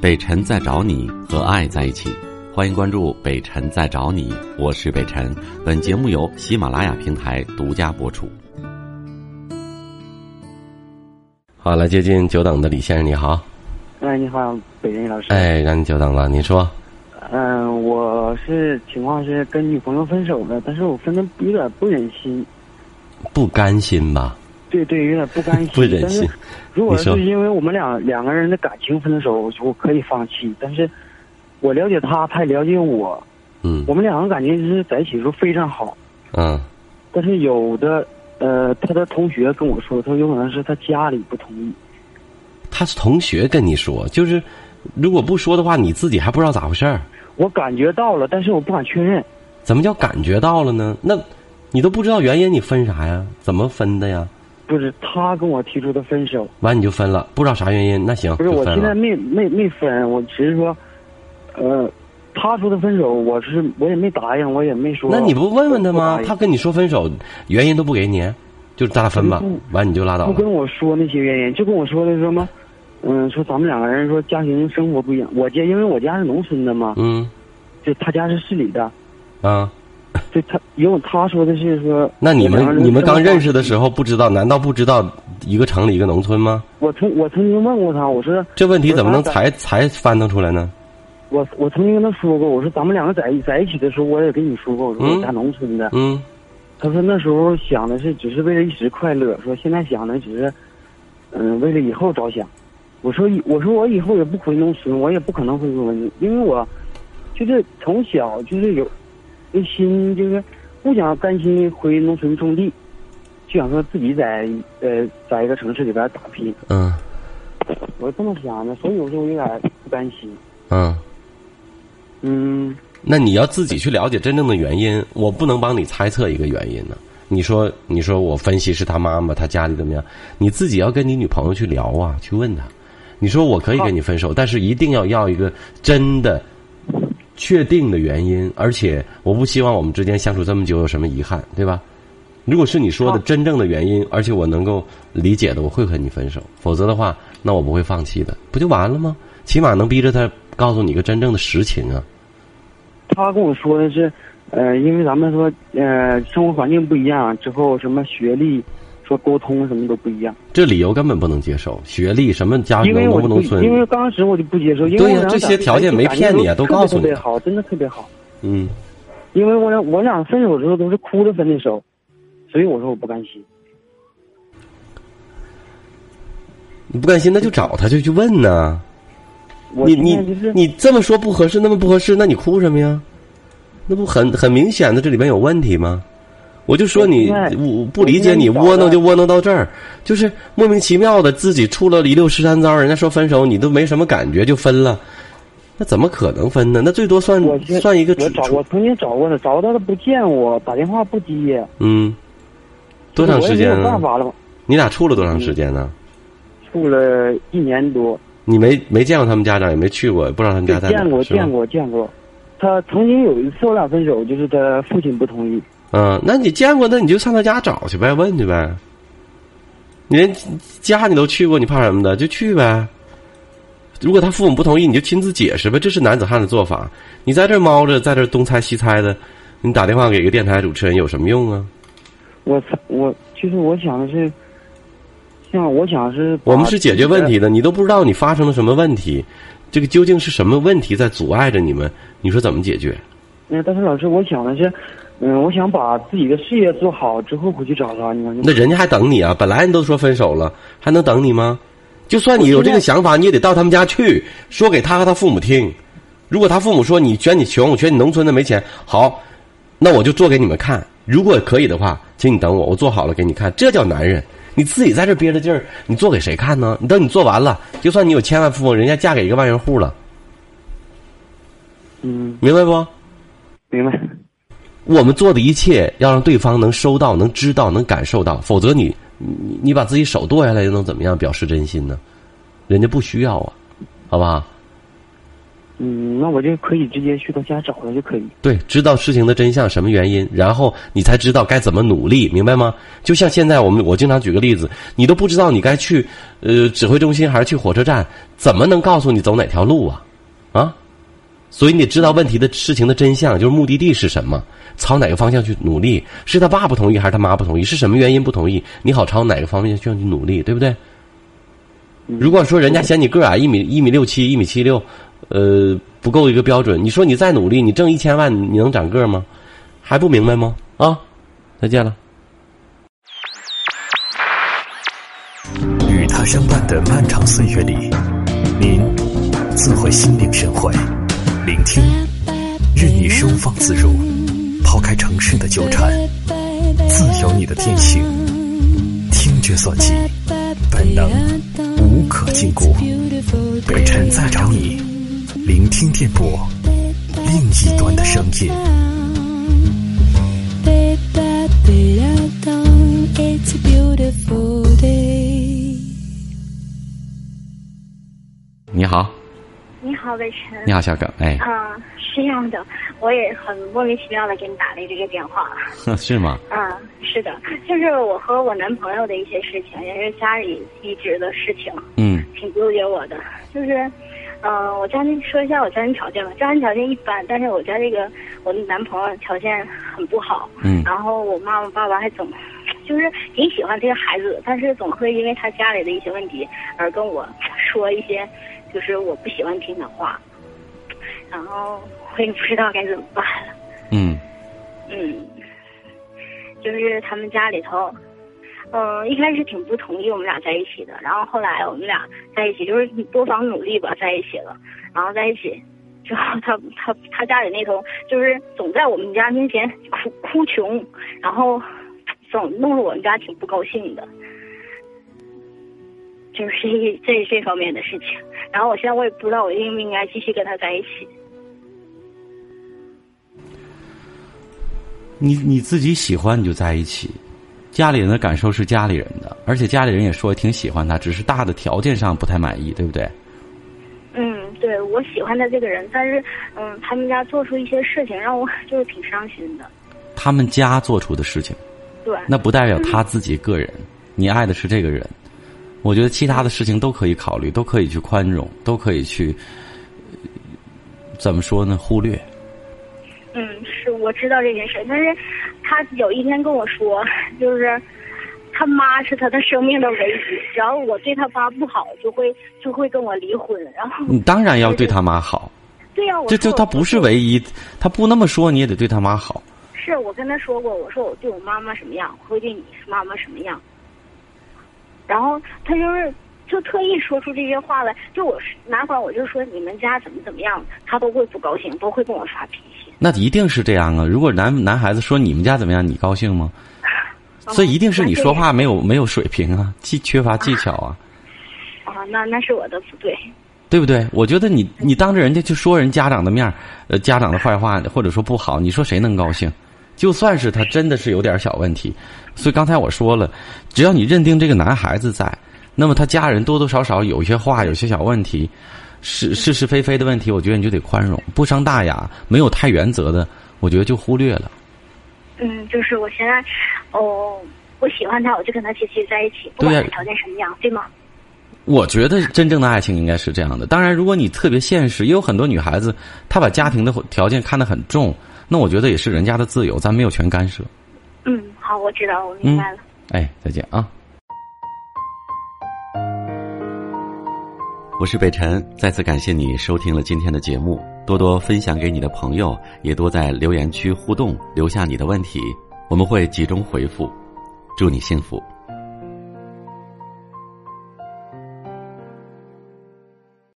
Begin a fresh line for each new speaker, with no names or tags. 北辰在找你和爱在一起，欢迎关注北辰在找你，我是北辰。本节目由喜马拉雅平台独家播出。好了，接近久等的李先生，你好。
哎，你好，北辰老师。
哎，让你久等了，你说。
嗯、我是情况是跟女朋友分手了，但是我分的有点不忍心，
不甘心吧？
对对，有点不甘心。
不忍心
但是。如果
你说
是因为我们俩两个人的感情分手，我就可以放弃。但是，我了解他，他也了解我，
嗯
我们两个感情是在一起的时候非常好。
嗯
但是有的，呃，他的同学跟我说，他说有可能是他家里不同意。
他是同学跟你说，就是如果不说的话，你自己还不知道咋回事儿。
我感觉到了，但是我不敢确认。
怎么叫感觉到了呢？那你都不知道原因，你分啥呀？怎么分的呀？
不是他跟我提出的分手，
完你就分了，不知道啥原因，那行
不是，
就
我
分
现在
了。
没没没分，我只是说，呃，他说的分手，我是我也没答应，我也没说。
那你不问问他
我
吗
不答？应
他跟你说分手，原因都不给你，就咱俩分吧
嗯，
完你就拉倒
不
了。
跟我说那些原因，就跟我说的什么，嗯，说咱们两个人说家庭生活不一样，我家因为我家是农村的嘛，
嗯
就他家是市里的，
啊，
就他因为他说的是说，
那你
我两个
们
人
你们刚认识的
生
时候不知道？难道不知道一个城里一个农村吗？
活，我曾我曾经问过他，我说
这问题怎么能
不是
才才翻腾出来呢？
我我曾经跟他说过，我说咱们两个在一在一起的时候，我也跟你说过，我说
嗯
我家农村的，
嗯
他说那时候想的是只是为了一时快乐，说现在想的只是，嗯、为了以后着想。我说以我说我以后也不回农村，我也不可能回农村，因为我就是从小就是有那心就是不想甘心回农村种地，就想说自己在呃在一个城市里边打拼。
嗯
我这么想的，所以我说我有点不甘心。
嗯，
嗯，
那你要自己去了解真正的原因，我不能帮你猜测一个原因呢。你说，你说我分析是他妈妈，他家里怎么样？你自己要跟你女朋友去聊啊，去问她。你说我可以跟你分手，但是一定要要一个真的、确定的原因，而且我不希望我们之间相处这么久有什么遗憾，对吧？如果是你说的
好
真正的原因，而且我能够理解的，我会和你分手。否则的话，那我不会放弃的，不就完了吗？起码能逼着他告诉你一个真正的实情啊。
他跟我说的是，呃，因为咱们说，呃，生活环境不一样，之后什么学历，说沟通什么都不一样。
这理由根本不能接受，学历什么家
因为
农
我
不
就
农村，
因为当时我就不接受，因为
对呀
我俩
这些条件没骗你啊都告诉你
特别特别好，真的特别好。
嗯，
因为我俩我俩分手之后都是哭着分的手，所以我说我不甘心。
你不甘心那就找他就去问呐、
我
你
现
你
在就是
你这么说不合适，那么不合适，那你哭什么呀？那不很很明显的这里边有问题吗？我就说你
我现在
我不理解你
我现
窝
在找
囊
的
就窝囊到这儿，就是莫名其妙的自己出了一溜十三招，人家说分手你都没什么感觉就分了，那怎么可能分呢？那最多算
我现
算一个
我
主
找我曾经找过他，找到他不见我，打电话不接，
嗯，多长时间
我也没有
啊
办？法了，嗯
你俩处了多长时间呢、
处了一年多。
你没没见过他们家长，也没去过，也不知道他们家在哪
见过
儿，是吧
见。过见过，他曾经有一次我俩分手，就是他父亲不同意。
嗯，那你见过，那你就上他家找去呗，问去呗。你连家你都去过，你怕什么的？就去呗。如果他父母不同意，你就亲自解释呗，这是男子汉的做法。你在这儿猫着，在这儿东猜西猜的，你打电话给个电台主持人有什么用啊？
我操我就是我想的是，像我想是把
我们是解决问题的，你都不知道你发生了什么问题，这个究竟是什么问题在阻碍着你们？你说怎么解决？
那但是老师，我想的是，嗯，我想把自己的事业做好之后回去找他。你看，
那人家还等你啊！本来人都说分手了，还能等你吗？就算你有这个想法，你也得到他们家去说给他和他父母听。如果他父母说你嫌你穷，我嫌你农村的没钱，好，那我就做给你们看。如果可以的话，请你等我，我做好了给你看。这叫男人。你自己在这憋着劲儿，你做给谁看呢？你等你做完了，就算你有千万富翁，人家嫁给一个万元户了，
嗯，
明白不？
明白。
我们做的一切要让对方能收到、能知道、能感受到，否则你你你把自己手剁下来又能怎么样表示真心呢？人家不需要啊，好不好？
嗯，那我就可以直接去他家找他就可以。
对，知道事情的真相，什么原因，然后你才知道该怎么努力，明白吗？就像现在我们，我经常举个例子，你都不知道你该去呃指挥中心还是去火车站，怎么能告诉你走哪条路啊？啊？所以你得知道问题的事情的真相，就是目的地是什么，朝哪个方向去努力，是他爸不同意还是他妈不同意，是什么原因不同意，你好朝哪个方面去去努力，对不对？如果说人家嫌你个儿矮一米一米六七一米七六，呃，不够一个标准，你说你再努力，你挣一千万，你能长个儿吗？还不明白吗？啊，再见了。
与他相伴的漫长岁月里，您自会心领神会，聆听，任你收放自如，抛开城市的纠缠，自由你的天性，听觉算计，本能无可禁锢。北辰在找你，聆听电波，另一端的声音。
It's a beautiful day.
你好，
你好，伟晨。
你好，小葛，哎，
啊、是这样的，我也很莫名其妙的给你打了这个电话。
是吗？
啊、是的，就是我和我男朋友的一些事情，也是家里一直的事情，
嗯
挺纠结我的。就是，嗯、我家庭说一下我家庭条件吧，家庭条件一般，但是我家这个我的男朋友条件很不好，
嗯
然后我妈妈爸爸还总，就是挺喜欢这个孩子，但是总会因为他家里的一些问题而跟我说一些，就是我不喜欢听的话，然后我也不知道该怎么办了。
嗯
嗯，就是他们家里头，嗯、一开始挺不同意我们俩在一起的，然后后来我们俩在一起，就是你多方努力吧，在一起了，然后在一起之后他，他他家里那头就是总在我们家面前哭哭穷，然后总弄得我们家挺不高兴的。就是这这这方面的事情，然后我现在我也不知道我应不应该继续跟他在一起。
你你自己喜欢你就在一起，家里人的感受是家里人的，而且家里人也说挺喜欢他，只是大的条件上不太满意，对不对？
嗯，对我喜欢他这个人，但是嗯，他们家做出一些事情让我 就是挺伤心的。
他们家做出的事情，
对，
那不代表他自己个人，你爱的是这个人。我觉得其他的事情都可以考虑，都可以去宽容，都可以去，呃怎么说呢？忽略。
嗯，是我知道这件事，但是他有一天跟我说， 就是他妈是他的生命的唯一，只要我对他妈不好，就会就会跟我离婚。然后，
你当然要对他妈好，
对呀、我
嗯这
说
就
我
他不是唯一，他不那么说你也得对他妈好。
是我跟他说过，我说我对我妈妈什么样，我会对你妈妈什么样。然后他就是就特意说出这些话来，就我是哪管我就说你们家怎么怎么样，他都会不高兴，都会跟我发脾气。
那一定是这样啊！如果男男孩子说你们家怎么样，你高兴吗？所以一定是你说话没有没有水平啊，技缺乏技巧啊，
啊，那那是我的不对。
对不对？我觉得你你当着人家去说人家长的面儿呃，家长的坏话或者说不好，你说谁能高兴？就算是他真的是有点小问题，所以刚才我说了，只要你认定这个男孩子在，那么他家人多多少少有一些话，有些小问题，是是是非非的问题，我觉得你就得宽容，不伤大雅，没有太原则的，我觉得就忽略了。
嗯，就是我现在，哦，我喜欢他，我就跟他继续在一起，不
对呀
管他条件什么样，对吗？
我觉得真正的爱情应该是这样的。当然，如果你特别现实，也有很多女孩子她把家庭的条件看得很重，那我觉得也是人家的自由，咱没有权干涉。
嗯，好，我知道，我明白了。
哎，再见啊！
我是北辰，再次感谢你收听了今天的节目，多多分享给你的朋友，也多在留言区互动，留下你的问题，我们会集中回复。祝你幸福。